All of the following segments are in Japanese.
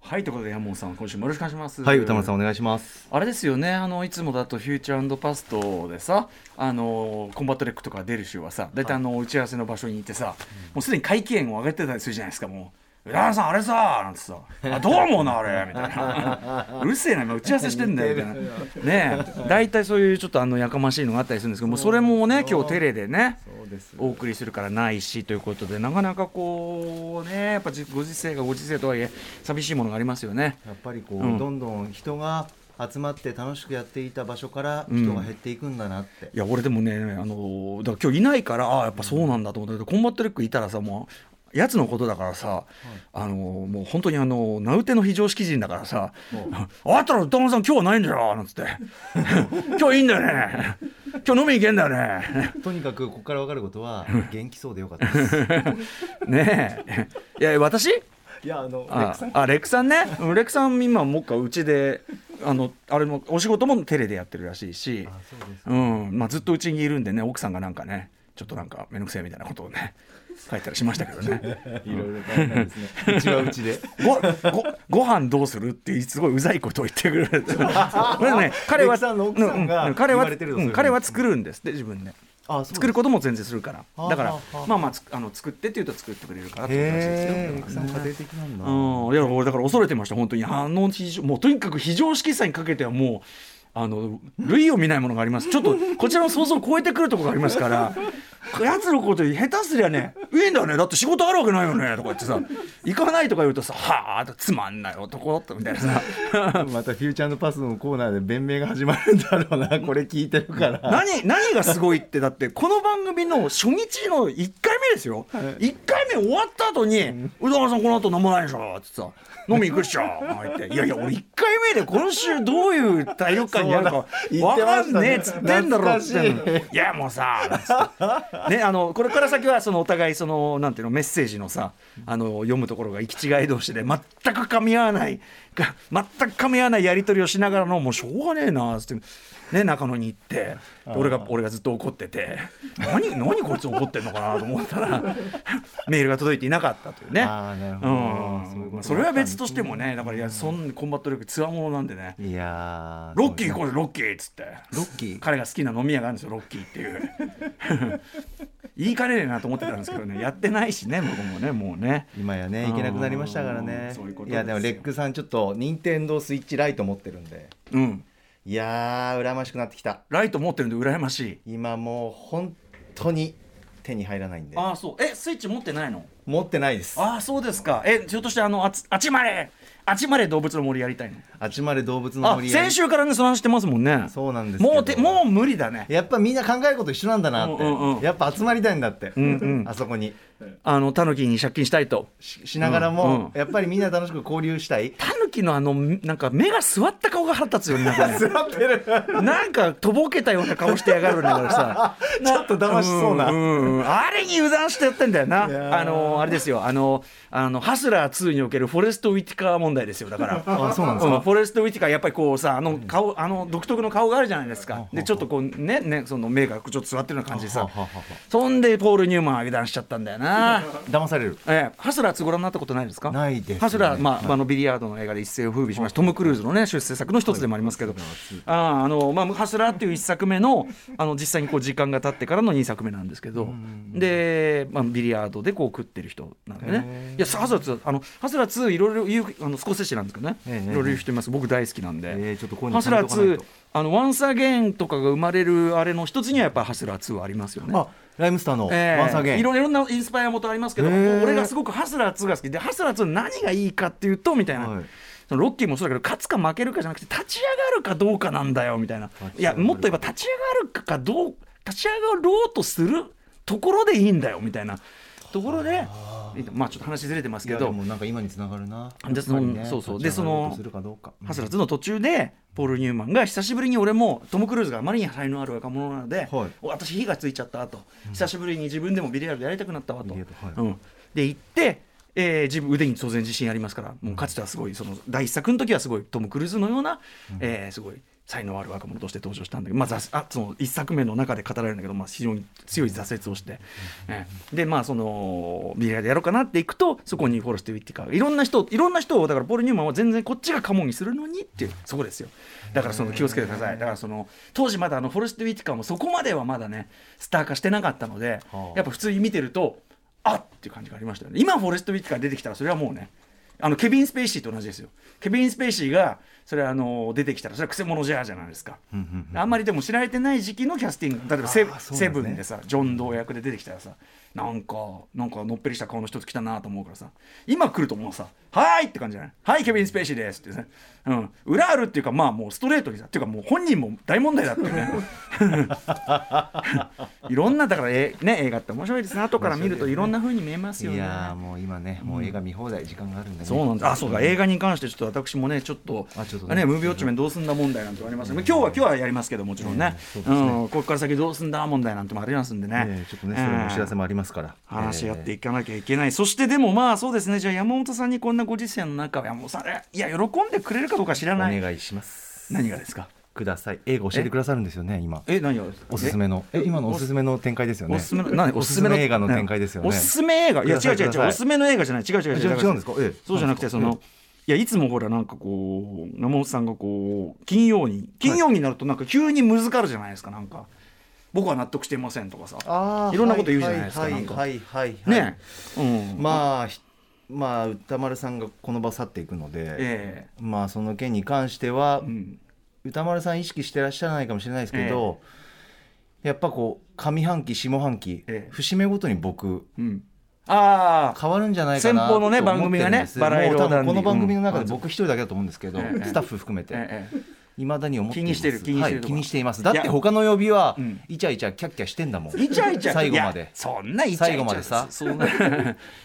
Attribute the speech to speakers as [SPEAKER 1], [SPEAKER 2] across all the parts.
[SPEAKER 1] はいということで山本さん今週もよろしくお願いします
[SPEAKER 2] はい、歌丸さんお願いします。
[SPEAKER 1] あれですよねあのいつもだとフューチャーパストでさあのコンバットレックとか出る週はさ大体あの打ち合わせの場所に行ってさ、もうすでに会見を上げてたりするじゃないですかもう「浦原さんあれさ」なんてさ「あどう思うなあれ」みたいな「うるせえな今打ち合わせしてんだよ」みたいなねえ大体そういうちょっとあのやかましいのがあったりするんですけどもうそれもね今日テレでね
[SPEAKER 2] そうです
[SPEAKER 1] お送りするからないしということでなかなかこうねやっぱじご時世がご時世とはいえ寂しいものがありますよね。
[SPEAKER 2] やっぱりこう、
[SPEAKER 1] うん
[SPEAKER 2] どんどん人が集まって楽しくやっていた場所から人が減っていくんだなって。
[SPEAKER 1] いや俺でもね、あのだから今日いないからああやっぱそうなんだと思ったけど、コンバットレックいたらさもうやつのことだからさ、あのもう本当にあの名うての非常識人だからさ「 あったら歌丸さん今日はないんだよ」なんつって 「今日いいんだよね今日飲み行けんだよね」
[SPEAKER 2] とにかくここから分かることは元気そうでよかったです。
[SPEAKER 1] ねえいや私
[SPEAKER 2] いやあの
[SPEAKER 1] ああレックさんねうんレックさん今もっかうちであのあれもお仕事もテレでやってるらしいし
[SPEAKER 2] あそうです
[SPEAKER 1] うんまあ、ずっとうちにいるんでね奥さんがなんかねちょっとなんかめんどくせえみたいなことを ね書いたりしましたけどね
[SPEAKER 2] いろいろ大変です ね。うちはうちで。
[SPEAKER 1] ごごご飯どうするってすごいうざいことを言ってくるこれね彼は
[SPEAKER 2] レキさんの奥さんが
[SPEAKER 1] うう彼は
[SPEAKER 2] 言われてるのそれ
[SPEAKER 1] うん彼は作るんですって自分で。
[SPEAKER 2] あそう
[SPEAKER 1] 作ることも全然するから
[SPEAKER 2] はあ
[SPEAKER 1] だから
[SPEAKER 2] はあはあ
[SPEAKER 1] まあまあつあの作ってって言うと作ってくれるからってことらしい
[SPEAKER 2] へえ。
[SPEAKER 1] で
[SPEAKER 2] 奥
[SPEAKER 1] す
[SPEAKER 2] さ
[SPEAKER 1] よ
[SPEAKER 2] ん家庭的なんだ。
[SPEAKER 1] うん、いや俺だから恐れてました本当にあの非常もうとにかく非常識さにかけてはもうあの類を見ないものがありますちょっとこちらの想像を超えてくるところがありますからやつのこと下手すりゃね「いいんだよねだって仕事あるわけないよね」とか言ってさ「行かない」とか言うとさ「はあつまんない男」みたいなさ
[SPEAKER 2] またフューチャーのパスのコーナーで弁明が始まるんだろうな。これ聞いてるから。
[SPEAKER 1] 何何がすごいってだってこの番組の初日の1回目ですよ、1回目終わった後に「宇多丸さんこの後何もないでしょ」ってさ「飲み行くっしょ」って言って「いやいや俺1回目で今週どういう体力感になるか
[SPEAKER 2] そうだ
[SPEAKER 1] 分かんねえ」
[SPEAKER 2] 言
[SPEAKER 1] っ
[SPEAKER 2] ってま
[SPEAKER 1] つ
[SPEAKER 2] したね
[SPEAKER 1] ってんだろっつってんの
[SPEAKER 2] 懐か
[SPEAKER 1] いやもうさ」つ ってねあのこれから先はそのお互いそのなんていうのメッセージのさあの読むところが行き違い同士で全く噛み合わないが全く噛み合わないやり取りをしながらのもうしょうがねえなっつって。ね、中野に行って俺が俺がずっと怒ってて何何こいつ怒ってんのかなと思ったら メールが届いていなかったというね
[SPEAKER 2] あーなるほどそういうことだったん
[SPEAKER 1] う
[SPEAKER 2] で
[SPEAKER 1] ん、
[SPEAKER 2] す
[SPEAKER 1] それは別としてもねだからいやそんコンバット力つわものなんでね
[SPEAKER 2] いや
[SPEAKER 1] ロッキー行
[SPEAKER 2] こ
[SPEAKER 1] こうぜロッキーっつって
[SPEAKER 2] ロッキー
[SPEAKER 1] 彼が好きな飲み屋があるんですよロッキーっていう 言いかれねえなと思ってたんですけどねやってないしね僕もねもうね
[SPEAKER 2] 今やね行けなくなりましたから
[SPEAKER 1] う
[SPEAKER 2] ね
[SPEAKER 1] んそういうことですよ
[SPEAKER 2] やでもレックさんちょっと任天堂スイッチライト持ってるんで
[SPEAKER 1] うん
[SPEAKER 2] いやー羨ましくなってきた
[SPEAKER 1] ライト持ってるんで羨ましい
[SPEAKER 2] 今もう本当に手に入らないんで
[SPEAKER 1] ああそうえスイッチ持ってないの
[SPEAKER 2] 持ってないです
[SPEAKER 1] ああそうですかえひょっとしてあのあつあちまれあちまれ動物の森やりたいの
[SPEAKER 2] あっちまで動物の
[SPEAKER 1] あ
[SPEAKER 2] 森やり
[SPEAKER 1] 先週からねその話してますもんね
[SPEAKER 2] そうなんですけど
[SPEAKER 1] もうてもう無理だね
[SPEAKER 2] やっぱみんな考えること一緒なんだなって、
[SPEAKER 1] うんうんうん
[SPEAKER 2] やっぱ集まりたいんだって、
[SPEAKER 1] んうん
[SPEAKER 2] あそこに
[SPEAKER 1] あのタヌキに借金したいと
[SPEAKER 2] ししながらも、
[SPEAKER 1] うんうん
[SPEAKER 2] やっぱりみんな楽しく交流したい
[SPEAKER 1] タヌキのあのなんか目が座った顔が腹立つよねなんかね
[SPEAKER 2] 座ってる
[SPEAKER 1] なんかとぼけたような顔してやがるんだからさ
[SPEAKER 2] ちょっと騙しそうな、
[SPEAKER 1] んんうんあれに油断してやってんだよ
[SPEAKER 2] いやー
[SPEAKER 1] なあのあれですよあのあのハスラー2におけるフォレスト・ウィティカー問題ですよだから
[SPEAKER 2] あそうなんです
[SPEAKER 1] うん
[SPEAKER 2] か、
[SPEAKER 1] フォレスト・ウィティカーやっぱりこうさあの顔、あの独特の顔があるじゃないですか、でちょっとこうねねその目がちょっと座ってるような感じでさ
[SPEAKER 2] はははは
[SPEAKER 1] そんでポール・ニューマンは油断しちゃったんだよな。
[SPEAKER 2] 騙される
[SPEAKER 1] ええ、ハスラーつご覧になったことないですか
[SPEAKER 2] ないですね
[SPEAKER 1] ハスラー、まあ、あのビリヤードの映画で一世を風靡しましたトム・クルーズの、ね、出世作の一つでもありますけど、あああのまあ、ハスラーっていう一作目のあの実際にこう時間が経ってからの二作目なんですけどで、まあ、ビリヤードでこう食ってる人なんでねいやハスラー2あのハスラー2いろいろ言うあのスコセッシなんですけどねい
[SPEAKER 2] ええ
[SPEAKER 1] ろ
[SPEAKER 2] ええ
[SPEAKER 1] いろ言う人います僕大好きなんで、
[SPEAKER 2] ええちょっと今度
[SPEAKER 1] ハスラー
[SPEAKER 2] 食べとかない
[SPEAKER 1] 2
[SPEAKER 2] と
[SPEAKER 1] あのワンサーゲンとかが生まれるあれの一つにはやっぱりハスラー2はありますよね。
[SPEAKER 2] あライムスターの
[SPEAKER 1] ええ
[SPEAKER 2] ワンサーゲン、
[SPEAKER 1] いろいろなインスパイア元ありますけど、
[SPEAKER 2] へー
[SPEAKER 1] 俺がすごくハスラー2が好きでハスラー2の何がいいかっていうとみたいな、
[SPEAKER 2] はい
[SPEAKER 1] そのロッキーもそうだけど勝つか負けるかじゃなくて立ち上がるかどうかなんだよみたいな
[SPEAKER 2] 立ち上がる
[SPEAKER 1] いやもっと言えば立ち上がるかどう立ち上がろうとするところでいいんだよみたいなところでまあちょっと話ずれてます
[SPEAKER 2] い
[SPEAKER 1] け
[SPEAKER 2] やで
[SPEAKER 1] ど
[SPEAKER 2] もなんか今につながるな
[SPEAKER 1] でその
[SPEAKER 2] やっぱりね
[SPEAKER 1] そうそう
[SPEAKER 2] 立ち上がろ
[SPEAKER 1] でそ
[SPEAKER 2] うと
[SPEAKER 1] の
[SPEAKER 2] するかどうかうん
[SPEAKER 1] ハスラー2の途中でポール・ニューマンが久しぶりに俺もトム・クルーズがあまりに才能ある若者なので、
[SPEAKER 2] はい
[SPEAKER 1] お私火がついちゃったと久しぶりに自分でもビリヤードやりたくなったわと、
[SPEAKER 2] ビリヤード
[SPEAKER 1] うん、で行って、えー自分腕に当然自信ありますからもうかつてはすごいその第一作の時はすごいトム・クルーズのような、えーすごい才能ある若者として登場したんだけど、まあ、挫あその1作目の中で語られるんだけど、まあ、非常に強い挫折をして、ええでまあそのビリヤードやろうかなっていくとそこにフォロスとウィッティカーいろんな人いろんな人をだからポール・ニューマンは全然こっちがカモンにするのにっていうそこですよだからその気をつけてくださいだからその当時まだあのフォロスとウィッティカーもそこまではまだねスター化してなかったので、
[SPEAKER 2] はあ
[SPEAKER 1] やっぱ普通に見てるとあっっていう感じがありましたよね今フォレスト・ウィッチから出てきたらそれはもうねあのケビン・スペイシーと同じですよケビン・スペイシーがそれはあの出てきたらそれはくせ者じゃあじゃないですか、あんまりでも知られてない時期のキャスティング例えばセ
[SPEAKER 2] あーそう
[SPEAKER 1] セ
[SPEAKER 2] なんで
[SPEAKER 1] ブ
[SPEAKER 2] すね
[SPEAKER 1] ンでさジョン・ドー役で出てきたらさなんかなんかのっぺりした顔の一つ来たなと思うからさ今来るともうさ「はーい!」って感じじゃない「はいケビン・スペイシーです」ってね、うん、裏あるっていうかまあもうストレートにさっていうかもう本人も大問題だってね いろんなだから、えね、映画って面白いですね後から見るといろんな風に見えますよ
[SPEAKER 2] い
[SPEAKER 1] ね。
[SPEAKER 2] やーもう今ねもう映画見放題時間があるんでね
[SPEAKER 1] そうなんです。あ、そうか。映画に関してちょっと私もね、ちょっと
[SPEAKER 2] あちょっと
[SPEAKER 1] ね
[SPEAKER 2] ね
[SPEAKER 1] ムービーウォッチメンどうすんだ問題なんてありますけど、今日は今日はやりますけどもちろんね。
[SPEAKER 2] ええそう
[SPEAKER 1] う
[SPEAKER 2] ですね
[SPEAKER 1] ん、ここから先どうすんだ問題なんてもありますんでね。
[SPEAKER 2] えーちょっとねそれもお知らせもありますから
[SPEAKER 1] 話し合って
[SPEAKER 2] えー
[SPEAKER 1] いかなきゃいけない、そしてでもまあそうですねじゃあ山本さんにこんなご時世の中山本さんえいや喜んでくれるかどうか知ら
[SPEAKER 2] お
[SPEAKER 1] ない
[SPEAKER 2] 願いします
[SPEAKER 1] 何がですか
[SPEAKER 2] ください映画教えてくださるんですよね今
[SPEAKER 1] え何がですか
[SPEAKER 2] おすすめのえ今のおすすめの展開ですよね
[SPEAKER 1] おすすめの何お
[SPEAKER 2] お
[SPEAKER 1] すす
[SPEAKER 2] すす
[SPEAKER 1] め
[SPEAKER 2] め
[SPEAKER 1] の
[SPEAKER 2] の映画の展開ですよね
[SPEAKER 1] おすすめ映画いや
[SPEAKER 2] くだ
[SPEAKER 1] 違う
[SPEAKER 2] さい
[SPEAKER 1] 違う
[SPEAKER 2] く
[SPEAKER 1] 違う
[SPEAKER 2] ださい
[SPEAKER 1] おすすめの映画じゃない違う違う違う
[SPEAKER 2] じゃあ
[SPEAKER 1] だら
[SPEAKER 2] 違うんですかええ
[SPEAKER 1] そうじゃなくてそ
[SPEAKER 2] なんで
[SPEAKER 1] のいやいつもほらなんかこう山本さんがこう金曜に金曜になるとなんか急に難かるじゃないですかなんか僕は納得していませんとかさ
[SPEAKER 2] あー
[SPEAKER 1] いろんなこと言うじゃないですか
[SPEAKER 2] はいは
[SPEAKER 1] なん
[SPEAKER 2] い
[SPEAKER 1] か
[SPEAKER 2] はいはいはい
[SPEAKER 1] ねうん
[SPEAKER 2] まあひまあ歌丸さんがこの場を去っていくので、
[SPEAKER 1] え
[SPEAKER 2] まあその件に関しては、
[SPEAKER 1] えうん
[SPEAKER 2] 歌丸さん意識してらっしゃらないかもしれないですけど、やっぱこう上半期下半期、
[SPEAKER 1] ええ
[SPEAKER 2] 節目ごとに僕
[SPEAKER 1] うんああ
[SPEAKER 2] 変わるんじゃないかな
[SPEAKER 1] 先方のね
[SPEAKER 2] と思ってるんです
[SPEAKER 1] 番組がねバラ色
[SPEAKER 2] もう多
[SPEAKER 1] なんで
[SPEAKER 2] 分この番組の中
[SPEAKER 1] うん
[SPEAKER 2] で僕一人だけだと思うんですけど、
[SPEAKER 1] ええ
[SPEAKER 2] スタッフ含めて、
[SPEAKER 1] えええ
[SPEAKER 2] いまだに思ってい
[SPEAKER 1] 気に
[SPEAKER 2] ます
[SPEAKER 1] してる気にしてる
[SPEAKER 2] はい
[SPEAKER 1] と
[SPEAKER 2] 気
[SPEAKER 1] か
[SPEAKER 2] にしていますだっ
[SPEAKER 1] い
[SPEAKER 2] て
[SPEAKER 1] や
[SPEAKER 2] 他の曜日は
[SPEAKER 1] うん
[SPEAKER 2] イチャイチャキャッキャしてんだもん
[SPEAKER 1] えイチャイチャ
[SPEAKER 2] 最後ま
[SPEAKER 1] いや
[SPEAKER 2] で
[SPEAKER 1] そんなイチャイチャ
[SPEAKER 2] 最後までさ
[SPEAKER 1] そ んな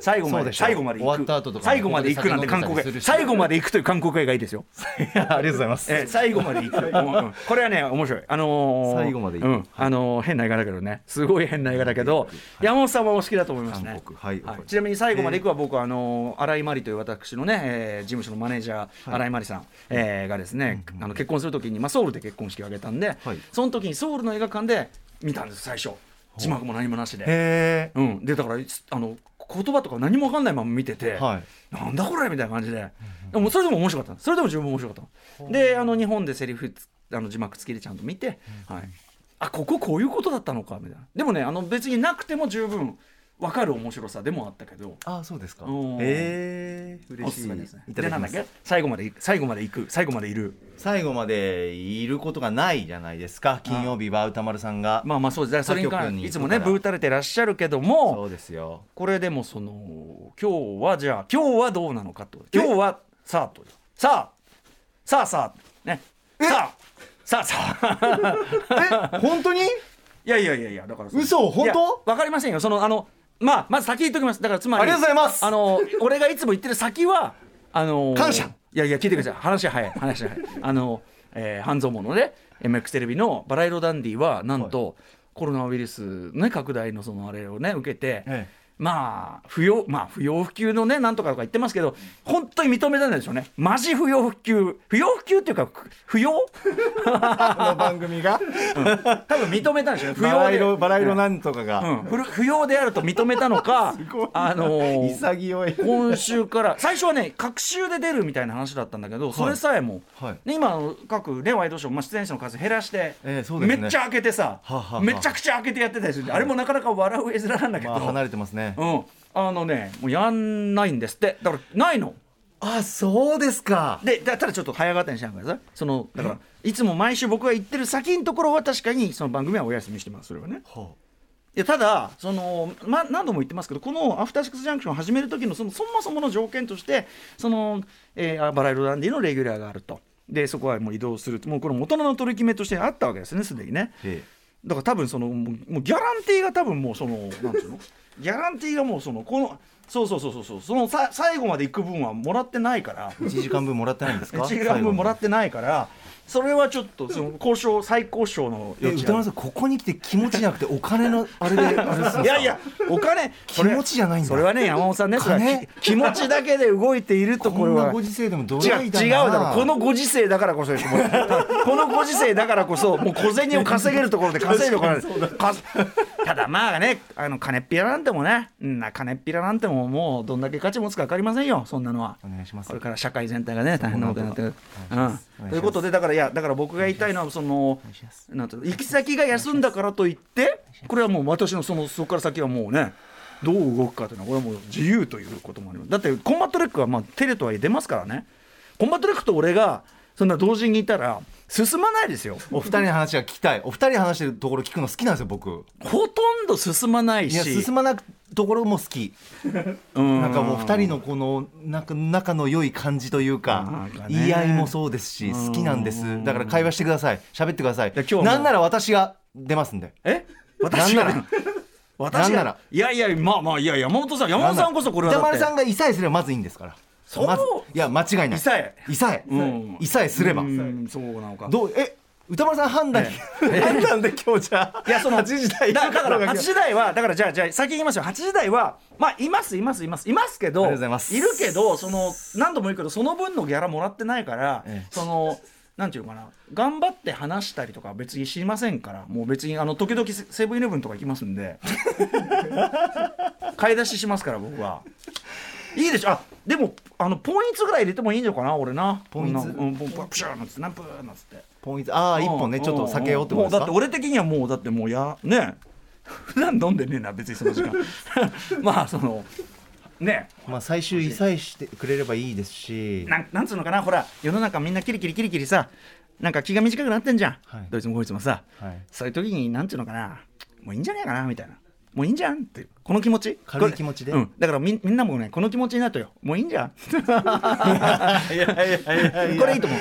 [SPEAKER 1] 最後ま
[SPEAKER 2] そう
[SPEAKER 1] で
[SPEAKER 2] でしょ
[SPEAKER 1] 最後まで行く
[SPEAKER 2] 終わった後とか
[SPEAKER 1] 最後まで行くなんて韓国
[SPEAKER 2] ここで酒飲んでたりす
[SPEAKER 1] 映画最
[SPEAKER 2] るし
[SPEAKER 1] 後まで行くという韓国映画いいですよ
[SPEAKER 2] ありがとうございます、
[SPEAKER 1] ええ最後まで行く、うんうんこれはね面白いあのー
[SPEAKER 2] 最後まで行く
[SPEAKER 1] うんあのー変な映画だけどねすごい変な映画だけど、山本さんはお好きだと思いますね
[SPEAKER 2] 韓国はい
[SPEAKER 1] はいちなみに最後まで行くは僕はあのー新井真理という私のね、えー事務所のマネージャー、新井真理さん、えーがですね、あの結婚するときに、まあ、ソウルで結婚式を挙げたんで、
[SPEAKER 2] はい
[SPEAKER 1] その時にソウルの映画館で見たんです最初字幕も何もなしで。
[SPEAKER 2] へえ
[SPEAKER 1] うん、でだからいつあの言葉とか何も分かんないまま見てて、
[SPEAKER 2] はい
[SPEAKER 1] なんだこれみたいな感じででもそれでも面白かったのそれでも十分面白かったのであの日本でセリフつあの字幕付きでちゃんと見て、はい、あこここういうことだったのかみたいなでもねあの別になくても十分分かる面白さでもあったけど。
[SPEAKER 2] あそうですか
[SPEAKER 1] うん
[SPEAKER 2] へえ
[SPEAKER 1] お
[SPEAKER 2] 嬉し
[SPEAKER 1] す
[SPEAKER 2] い
[SPEAKER 1] すめですね。
[SPEAKER 2] いただ
[SPEAKER 1] で
[SPEAKER 2] き
[SPEAKER 1] なん
[SPEAKER 2] ま
[SPEAKER 1] だっ
[SPEAKER 2] す
[SPEAKER 1] け最後までい最後まで行く最後までいる。
[SPEAKER 2] 最後までいることがないじゃないですか金曜日は歌丸さんが、
[SPEAKER 1] まあまあそうです。だからそれに
[SPEAKER 2] 他
[SPEAKER 1] 関
[SPEAKER 2] 局に
[SPEAKER 1] い
[SPEAKER 2] 行く
[SPEAKER 1] つもね
[SPEAKER 2] から
[SPEAKER 1] ブーたれてらっしゃるけども。
[SPEAKER 2] そうですよ
[SPEAKER 1] これでもその今日はじゃあ今日はどうなのかと今日はさあとさあさあさあねさあさあさあ
[SPEAKER 2] え 本当に
[SPEAKER 1] いやいやいやいやだからその
[SPEAKER 2] 嘘
[SPEAKER 1] い
[SPEAKER 2] 本当
[SPEAKER 1] やわかりませんよそのあのまあまず先言っときますだからつまり
[SPEAKER 2] ありがとうございます
[SPEAKER 1] あの俺がいつも言ってる先はあの
[SPEAKER 2] 感謝
[SPEAKER 1] いやいや聞いてください話は早い話は早いあの、えー、半蔵門のね MX テレビの「バラ色ダンディ」はなんと、コロナウイルスの、ね、拡大のそのあれをね受けて、
[SPEAKER 2] ええ
[SPEAKER 1] まあ不要まあ不要不急のねなんとかとか言ってますけど本当に認めたんでしょうねマジ不要不急不要不急っていうか不要
[SPEAKER 2] この番組 が
[SPEAKER 1] 多分認めたんでしょうね不
[SPEAKER 2] バ
[SPEAKER 1] 要
[SPEAKER 2] ラ
[SPEAKER 1] で
[SPEAKER 2] 色バラ色なんとかが、
[SPEAKER 1] うん、不る不要であると認めたの か
[SPEAKER 2] ごいな
[SPEAKER 1] あのー
[SPEAKER 2] 潔い
[SPEAKER 1] 今週から最初はね隔週で出るみたいな話だったんだけどそれさえも、
[SPEAKER 2] はい
[SPEAKER 1] ね、今あの各、ね、ワイドショー、まあ、出演者の数減らして、
[SPEAKER 2] ええそうですね
[SPEAKER 1] めっちゃ開けてさ、
[SPEAKER 2] はあはあ
[SPEAKER 1] めちゃくちゃ開けてやってたりするんであれもなかなか笑う絵面なんだけど、
[SPEAKER 2] まあ離れてますね、
[SPEAKER 1] うん、あのねもうやんないんですってだからないの。
[SPEAKER 2] あそうですか
[SPEAKER 1] でだただちょっと早がたにしないでくださいそのだからいつも毎週僕が行ってる先のところは確かにその番組はお休みしてますそれはね。
[SPEAKER 2] ほ
[SPEAKER 1] いやただその、ま、何度も言ってますけどこの「アフターシックス・ジャンクション」を始める時のそのそもそもの条件としてその、えーバラ色ダンディのレギュラーがあるとでそこはもう移動するもうこれ元の取り決めとしてあったわけですねすでにね
[SPEAKER 2] うえ
[SPEAKER 1] だから多分そのもうもうギャランティーが多分もうそのなんていうの ギャランティーがもうそのこのそうそうそうそうそうそのさ最後まで行く分はもらってない から
[SPEAKER 2] 1時間分もらってないんで すか
[SPEAKER 1] 1時間分もらってないからそれはちょっとその交渉最高渉の
[SPEAKER 2] え
[SPEAKER 1] 余
[SPEAKER 2] 歌
[SPEAKER 1] 地あ
[SPEAKER 2] 丸
[SPEAKER 1] る
[SPEAKER 2] さんここに来て気持ちじゃなくてお金 のあれであれするんですか
[SPEAKER 1] いやいやお金
[SPEAKER 2] 気持ちじゃないんだ
[SPEAKER 1] それはね山本さんねそれは
[SPEAKER 2] 金
[SPEAKER 1] き気持ちだけで動いているとこ
[SPEAKER 2] こ
[SPEAKER 1] ろ
[SPEAKER 2] んな
[SPEAKER 1] は
[SPEAKER 2] ご時世でもド
[SPEAKER 1] 違
[SPEAKER 2] ラ
[SPEAKER 1] う違
[SPEAKER 2] イ
[SPEAKER 1] う
[SPEAKER 2] だ
[SPEAKER 1] だ
[SPEAKER 2] な
[SPEAKER 1] ろこのご時世だからこそでしょもうこのご時世だからこそもう小銭を稼げるところで稼いでおかないかただまあねあの金っぴらなんてもねうんな金っぴらなんてももうどんだけ価値持つか分かりませんよそんなのは
[SPEAKER 2] お願いします
[SPEAKER 1] これから社会全体がね大変なことになってくる
[SPEAKER 2] お願いします
[SPEAKER 1] う
[SPEAKER 2] お
[SPEAKER 1] ん
[SPEAKER 2] 願いします
[SPEAKER 1] ということでだからいやだから僕が言いたいのはその
[SPEAKER 2] 願いします
[SPEAKER 1] なんていうの行き先が休んだからといってこれはもう私のそのそこから先はもうねどう動くかというのはこれはもう自由ということもありますだってコンバットレックはまあテレとはいえ出ますからねコンバットレックと俺がそんな同時にいたら進まないですよ
[SPEAKER 2] お二人の話が聞きたいお二人話してるところ聞くの好きなんですよ僕
[SPEAKER 1] ほとんど進まない
[SPEAKER 2] いや
[SPEAKER 1] し
[SPEAKER 2] 進まないところも好き
[SPEAKER 1] うん
[SPEAKER 2] なんかもう二人のこのなんか仲の良い感じという
[SPEAKER 1] な
[SPEAKER 2] か
[SPEAKER 1] んかね
[SPEAKER 2] 言い合いもそうですし好きなんですだから会話してください喋ってください
[SPEAKER 1] や今日はもう
[SPEAKER 2] なんなら私が出ますんで
[SPEAKER 1] え私が
[SPEAKER 2] なんなら
[SPEAKER 1] 私が
[SPEAKER 2] なんなら
[SPEAKER 1] いやいやまあまあいや山本さん山本さんこそこれはだ
[SPEAKER 2] 歌
[SPEAKER 1] って
[SPEAKER 2] 丸さんがいさえすればまずいいんですから
[SPEAKER 1] そう
[SPEAKER 2] まずいや間違いない
[SPEAKER 1] いさえ
[SPEAKER 2] いさえ
[SPEAKER 1] うん
[SPEAKER 2] いさえすれば
[SPEAKER 1] うんそうなのか
[SPEAKER 2] どうえ歌丸さん判断に 判断で今日じゃあ
[SPEAKER 1] いやその
[SPEAKER 2] 8時台
[SPEAKER 1] だだから
[SPEAKER 2] 行くのが
[SPEAKER 1] 8時台はだからじゃあじゃあ先言いますよ8時台はまあいますいますいますいますけど
[SPEAKER 2] ありがとうございます
[SPEAKER 1] るけどその何度も言うけどその分のギャラもらってないから、
[SPEAKER 2] ええ
[SPEAKER 1] そのなんていうのかな頑張って話したりとかは別に知りませんからもう別にあの時々セセブンイレブンとか行きますんで 買い出ししますから僕はいいでしょあでもあのポイントぐらい入れてもいいのかな俺な
[SPEAKER 2] ポイント
[SPEAKER 1] こんなうんポンポンプシューなんつってなんぷーなんつって。
[SPEAKER 2] ポイントああ一本ねちょっと避けようってこ
[SPEAKER 1] も
[SPEAKER 2] とですか
[SPEAKER 1] うだって俺的にはもうだってもうやね 普段飲んでねえな別にその時間 まあそのね
[SPEAKER 2] まあ最終いさえしてくれればいいですし
[SPEAKER 1] なんなんつうのかなほら世の中みんなキリキリキリキリさなんか気が短くなってんじゃん、
[SPEAKER 2] はい
[SPEAKER 1] どいつもこいつもさ、
[SPEAKER 2] はい
[SPEAKER 1] そういう時になんていうのかなもういいんじゃないかなみたいなもういいんじゃんっていうこの気持ち
[SPEAKER 2] 軽い気持ちで
[SPEAKER 1] これうん、だからみんみんなもねこの気持ちになるとよもういいんじゃ ん
[SPEAKER 2] いやいやいやい や
[SPEAKER 1] これいいと思う、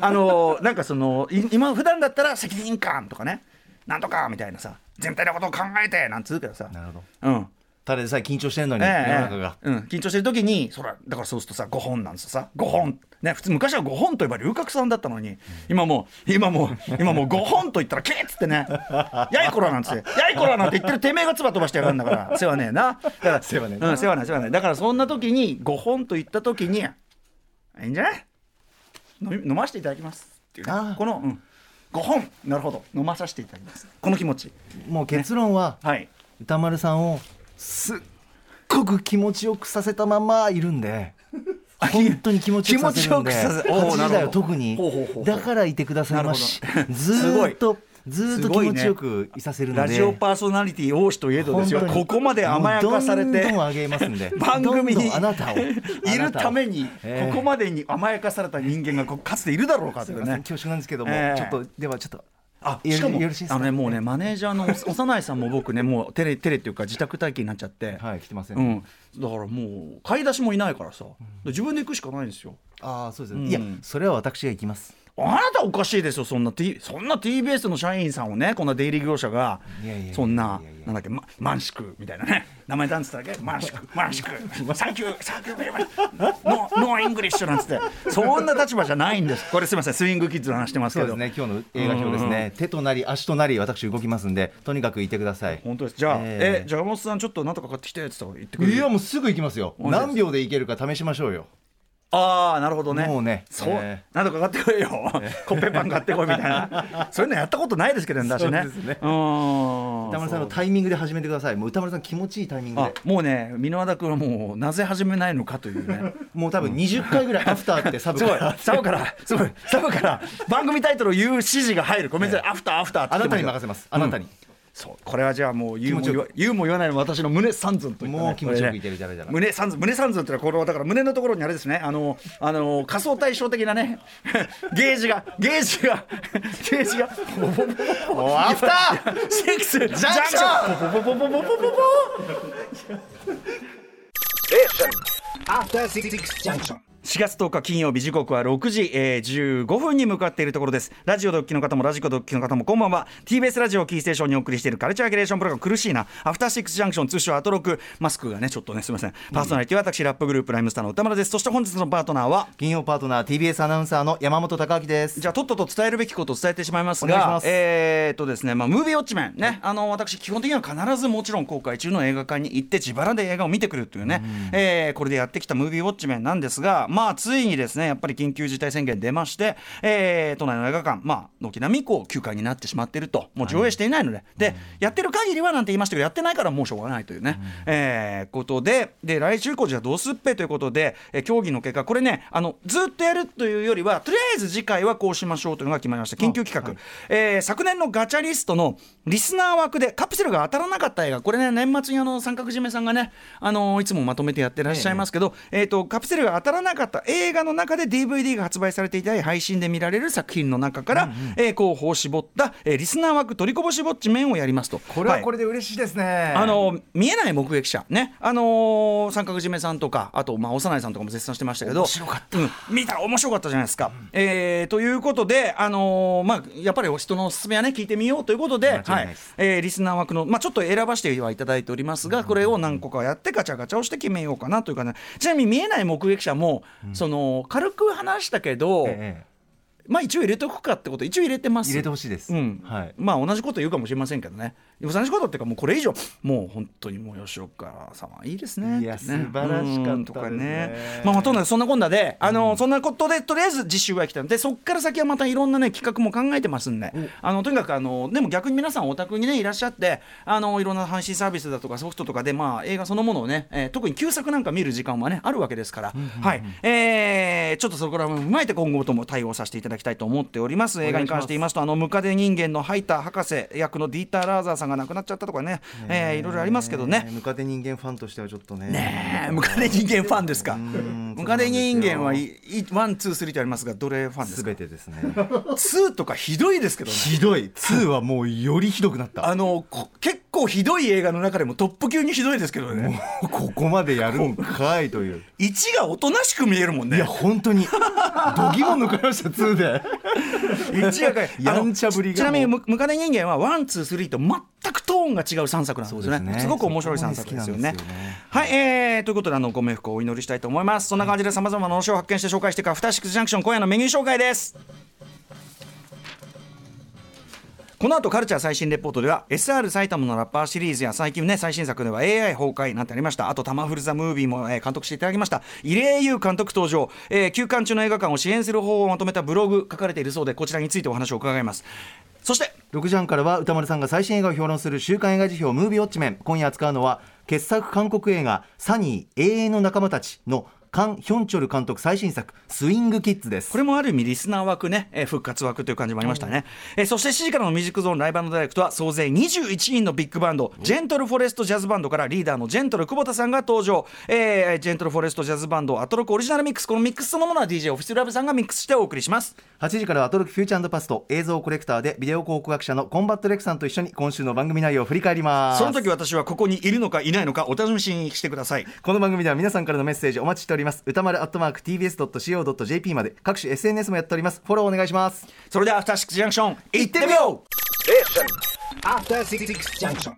[SPEAKER 1] あのーなんかそのい今普段だったら責任感とかねなんとかみたいなさ全体のことを考えてなんつうけどさ
[SPEAKER 2] なるほど
[SPEAKER 1] うん
[SPEAKER 2] ただでさえ緊張してんのに
[SPEAKER 1] え
[SPEAKER 2] 世
[SPEAKER 1] え
[SPEAKER 2] の中が
[SPEAKER 1] ええうん、緊張してる時にそらだからそうするとさ5本なんですよさ5本ね普通昔は5本といえば龍角さんだったのに、今もう今もう今もう5本と言ったら「けっ!」つって ね「やいこら」なんつって「やいこら」なんて言ってるてめえが唾飛ばしてやがんだから世話ねえなだから
[SPEAKER 2] 世話ねえな
[SPEAKER 1] うん、世話ない世話ないだからそんな時に5本と言った時に「いいんじゃない飲み飲ませていただきます」っていうね
[SPEAKER 2] ああ
[SPEAKER 1] この、うん、5本なるほど飲まさせていただきますこの気持ち
[SPEAKER 2] もう結論は
[SPEAKER 1] はい
[SPEAKER 2] 歌丸さんをすっごく気持ちよくさせたままいるん で本当に気持ちよくさせるんで
[SPEAKER 1] 気持ちよくさせお
[SPEAKER 2] 8
[SPEAKER 1] うなるほど
[SPEAKER 2] 時代は特に
[SPEAKER 1] ほうほうほうほう
[SPEAKER 2] だからいてください まし
[SPEAKER 1] なるほど
[SPEAKER 2] ず
[SPEAKER 1] すご
[SPEAKER 2] ー
[SPEAKER 1] い
[SPEAKER 2] っとずーっと気持ちよくいさせるので
[SPEAKER 1] ラジオパーソナリティ王子といえどですよ
[SPEAKER 2] 本当に
[SPEAKER 1] ここまで甘やかされ
[SPEAKER 2] もう
[SPEAKER 1] て
[SPEAKER 2] どんどん上げますんで
[SPEAKER 1] 番組
[SPEAKER 2] どん
[SPEAKER 1] に
[SPEAKER 2] どんあなたを
[SPEAKER 1] いるためにここまでに甘やかされた人間がこうかつているだろうかと
[SPEAKER 2] で
[SPEAKER 1] いう
[SPEAKER 2] すいません
[SPEAKER 1] ね
[SPEAKER 2] 恐縮なんですけども、
[SPEAKER 1] ええ
[SPEAKER 2] ちょっとではちょっと
[SPEAKER 1] あ
[SPEAKER 2] よ
[SPEAKER 1] しかも
[SPEAKER 2] よろしいですか
[SPEAKER 1] あのねもうねマネージャーのお 幼いさんも僕ねもうテレテレっていうか自宅待機になっちゃって、
[SPEAKER 2] はい来てません、
[SPEAKER 1] うん、だからもう買い出しもいないからさ、自分で行くしかないんですよ
[SPEAKER 2] ああそうです
[SPEAKER 1] う
[SPEAKER 2] ね
[SPEAKER 1] ん
[SPEAKER 2] いやそれは私が行きます
[SPEAKER 1] あなたおかしいですよそんな、T、そんな TBS の社員さんをねこんな出入り業者が
[SPEAKER 2] いやいやいや
[SPEAKER 1] そんない
[SPEAKER 2] やいや
[SPEAKER 1] なんだっけママンシクみたいなね名前なんつっただけマンシ クマンシクサンキューサンキューベリーマッチノーノーイングリッシュなんつってそんな立場じゃないんですこれすみませんスイングキッズの話してます
[SPEAKER 2] そ
[SPEAKER 1] け
[SPEAKER 2] うで
[SPEAKER 1] ど
[SPEAKER 2] すね今日の映画表ですね手となり足となり私動きますんでとにかくいてください
[SPEAKER 1] 本当ですじゃあ、え
[SPEAKER 2] ええ
[SPEAKER 1] じゃあ山本さんちょっとなんとか買ってきてって言ったら言ってくれる
[SPEAKER 2] いやもうすぐ行きますよ
[SPEAKER 1] 本当です
[SPEAKER 2] 何秒で行けるか試しましょうよ
[SPEAKER 1] ああなるほどね
[SPEAKER 2] もうね
[SPEAKER 1] そう、
[SPEAKER 2] え
[SPEAKER 1] なんとか買ってこいよコッペパン買ってこいみたい なそういうのやったことないですけどね私ね
[SPEAKER 2] そうですね
[SPEAKER 1] うーん
[SPEAKER 2] 歌丸さんのタイミングで始めてくださいもう歌丸さん気持ちいいタイミング
[SPEAKER 1] あ
[SPEAKER 2] で
[SPEAKER 1] もうね箕輪田君はもうなぜ始めないのかというね
[SPEAKER 2] もう多分20回ぐらいアフターってサブ
[SPEAKER 1] す
[SPEAKER 2] か
[SPEAKER 1] ごい
[SPEAKER 2] ら
[SPEAKER 1] サブからすごいサブから番組タイトルを言う指示が入るごめんなさいアフターアフターって
[SPEAKER 2] あなたに
[SPEAKER 1] 来てま
[SPEAKER 2] 任
[SPEAKER 1] す
[SPEAKER 2] せますあなたに
[SPEAKER 1] そうこれはじゃあもう言うも
[SPEAKER 2] 気持
[SPEAKER 1] 言
[SPEAKER 2] ちよ
[SPEAKER 1] わ言うも言わないの私の胸三寸といったね
[SPEAKER 2] もう気持ちよく
[SPEAKER 1] これ
[SPEAKER 2] いて
[SPEAKER 1] ね
[SPEAKER 2] るじゃらじゃら
[SPEAKER 1] 胸三寸胸三寸ってのはこれはだから胸のところにあれですねあのあの仮想対照的なねゲージがゲージがゲージが
[SPEAKER 2] おーアフター
[SPEAKER 1] シックスジャンクシ
[SPEAKER 2] ジャ
[SPEAKER 1] ョンポポポポポポポポポ
[SPEAKER 3] After Six Junction.
[SPEAKER 1] 4月10日金曜日時刻は6時、えー、15分に向かっているところですラジオドッキの方もラジコドッキの方もこんばんは TBS ラジオをキーステーションにお送りしているカルチャーゲレーションプログラム苦しいなアフターシックスジャンクション通称アトロクマスクがねちょっとねすみませんパーソナリティは私ラップグループライムスターの歌丸ですそして本日のパートナーは
[SPEAKER 2] 金曜パートナー TBS アナウンサーの山本貴明です
[SPEAKER 1] じゃあとっとと伝えるべきことを伝えてしまいます
[SPEAKER 2] お願いし
[SPEAKER 1] が
[SPEAKER 2] ます
[SPEAKER 1] えーっとですねまあムービーウォッチメンねあの私基本的には必ずもちろん公開中の映画館に行って自腹で映画を見てくるというね、えーこれでやってきたムービーウォッチメンなんですがまあついにですねやっぱり緊急事態宣言出まして、えー都内の映画館まあ軒並みこう休館になってしまっているともう上映していないので、でやってる限りはなんて言いましたけどやってないからもうしょうがないというね、えーことでで来週以降じゃあどうすっぺということで、えー協議の結果これねあのずっとやるというよりはとりあえず次回はこうしましょうというのが決まりました緊急企画、えー昨年のガチャリストのリスナー枠でカプセルが当たらなかった映画これね年末にあの三角締めさんがね、あのーいつもまとめてやってらっしゃいますけど、えーとカプセルが当たらなかった映画の中で DVD が発売されていたり配信で見られる作品の中から、えー候補を絞った、えーリスナー枠取りこぼしぼっち面をやりますと
[SPEAKER 2] これは
[SPEAKER 1] はい
[SPEAKER 2] これで嬉しいですね、
[SPEAKER 1] あの見えない目撃者ね、あのー三角締めさんとかあとまあ幼いさんとかも絶賛してましたけど
[SPEAKER 2] 面白かった
[SPEAKER 1] うん見たら面白かったじゃないですか。えーということで、あのーまあ、やっぱりお人のおすすめはね聞いてみようということで
[SPEAKER 2] 間違いないです
[SPEAKER 1] はいえーリスナー枠の、まあ、ちょっと選ばせてはいただいておりますがこれを何個かやってガチャガチャをして決めようかなというかねちなみに見えない目撃者も、その軽く話したけど、
[SPEAKER 2] ええ
[SPEAKER 1] まあ、一応入れておくかってこと一応入れてます。
[SPEAKER 2] 入れてほしいです、
[SPEAKER 1] うん
[SPEAKER 2] はい
[SPEAKER 1] まあ同じこと言うかもしれませんけどね同じことっていうかもうこれ以上もう本当にもう吉岡さんはいいですね
[SPEAKER 2] いや
[SPEAKER 1] ってね
[SPEAKER 2] 素晴らしかったですね
[SPEAKER 1] うんとかねまあまあとにかくそんなこんなであの、そんなことでとりあえず実習は来たのでそっから先はまたいろんなね企画も考えてますんであのとにかくあのでも逆に皆さんお宅にねいらっしゃってあのいろんな配信サービスだとかソフトとかでまあ映画そのものをね、えー特に旧作なんか見る時間はねあるわけですから、はいえーちょっとそこら辺も踏まえて今後とも対応させていただきたいと思っております映画に関して言いますとあのムカデ人間のハイター博士役のディーター・ラーザーさんが亡くなっちゃったとかね、えーいろいろありますけどね
[SPEAKER 2] ムカデ人間ファンとしてはちょっとね
[SPEAKER 1] ねえムカデ人間ファンですか。
[SPEAKER 2] ん
[SPEAKER 1] ムカデ人間はいいいワンツースリーとありますがどれファンです
[SPEAKER 2] す
[SPEAKER 1] か
[SPEAKER 2] べ。てですね
[SPEAKER 1] ツーとかひどいですけどね。
[SPEAKER 2] ひどい2はもうよりひどくなった
[SPEAKER 1] あのこ結構ひどい映画の中でもトップ級にひどいですけどね。
[SPEAKER 2] ここまでやるんかい という
[SPEAKER 1] 1がおとなしく見えるもん
[SPEAKER 2] い
[SPEAKER 1] ね
[SPEAKER 2] や。本当にどぎも抜かれました2で
[SPEAKER 1] 一が
[SPEAKER 2] やんちゃぶ
[SPEAKER 1] あのち
[SPEAKER 2] りがもう
[SPEAKER 1] ちなみにムムカデ人間はワンツースリーと全くトーンが違う3作なんです
[SPEAKER 2] そうで
[SPEAKER 1] ね。
[SPEAKER 2] す
[SPEAKER 1] す
[SPEAKER 2] ね
[SPEAKER 1] ごく面白い3作ですよね
[SPEAKER 2] そこも好きなんですよね。
[SPEAKER 1] はい、えーということであのご冥福をお祈りしたいと思います。そんな感じでさまざまな推しを発見して紹介していくアフターシックスジャンクション今夜のメニュー紹介です。この後カルチャー最新レポートでは SR 埼玉のラッパーシリーズや最近ね最新作では AI 崩壊なんてありましたあと「タマフル・ザ・ムービーも」えー監督していただきました入江優監督登場、えー休館中の映画館を支援する方法をまとめたブログ書かれているそうでこちらについてお話を伺いますそして
[SPEAKER 2] 6時半からは歌丸さんが最新映画を評論する週刊映画辞表「ムービーウォッチメン」今夜扱うのは傑作韓国映画「サニー永遠の仲間たち」のカン・ヒョンチョル監督最新作「スイング・キッズ」です
[SPEAKER 1] これもある意味リスナー枠ね、えー復活枠という感じもありましたね、えーそして7時からのミュージックゾーンライブダイレクトは総勢21人のビッグバンドジェントルフォレストジャズバンドからリーダーのジェントル久保田さんが登場、えージェントルフォレストジャズバンドアトロクオリジナルミックスこのミックスそのものは DJ オフィスラブさんがミックスしてお送りします
[SPEAKER 2] 8時からはアトロックフューチャーパスト映像コレクターでビデオ考古学者のコンバットレクさんと一緒に今週の番組内容を振り返ります
[SPEAKER 1] その時私はここにいるのかいないのかお楽しみにしてください
[SPEAKER 2] この番組では皆さんからのメッセージお待ちしております歌丸アットマーク TBS.CO.JP まで各種 SNS もやっておりますフォローお願いします
[SPEAKER 1] それではアフターシックスジャンクション行ってみよう
[SPEAKER 3] After Six Junction.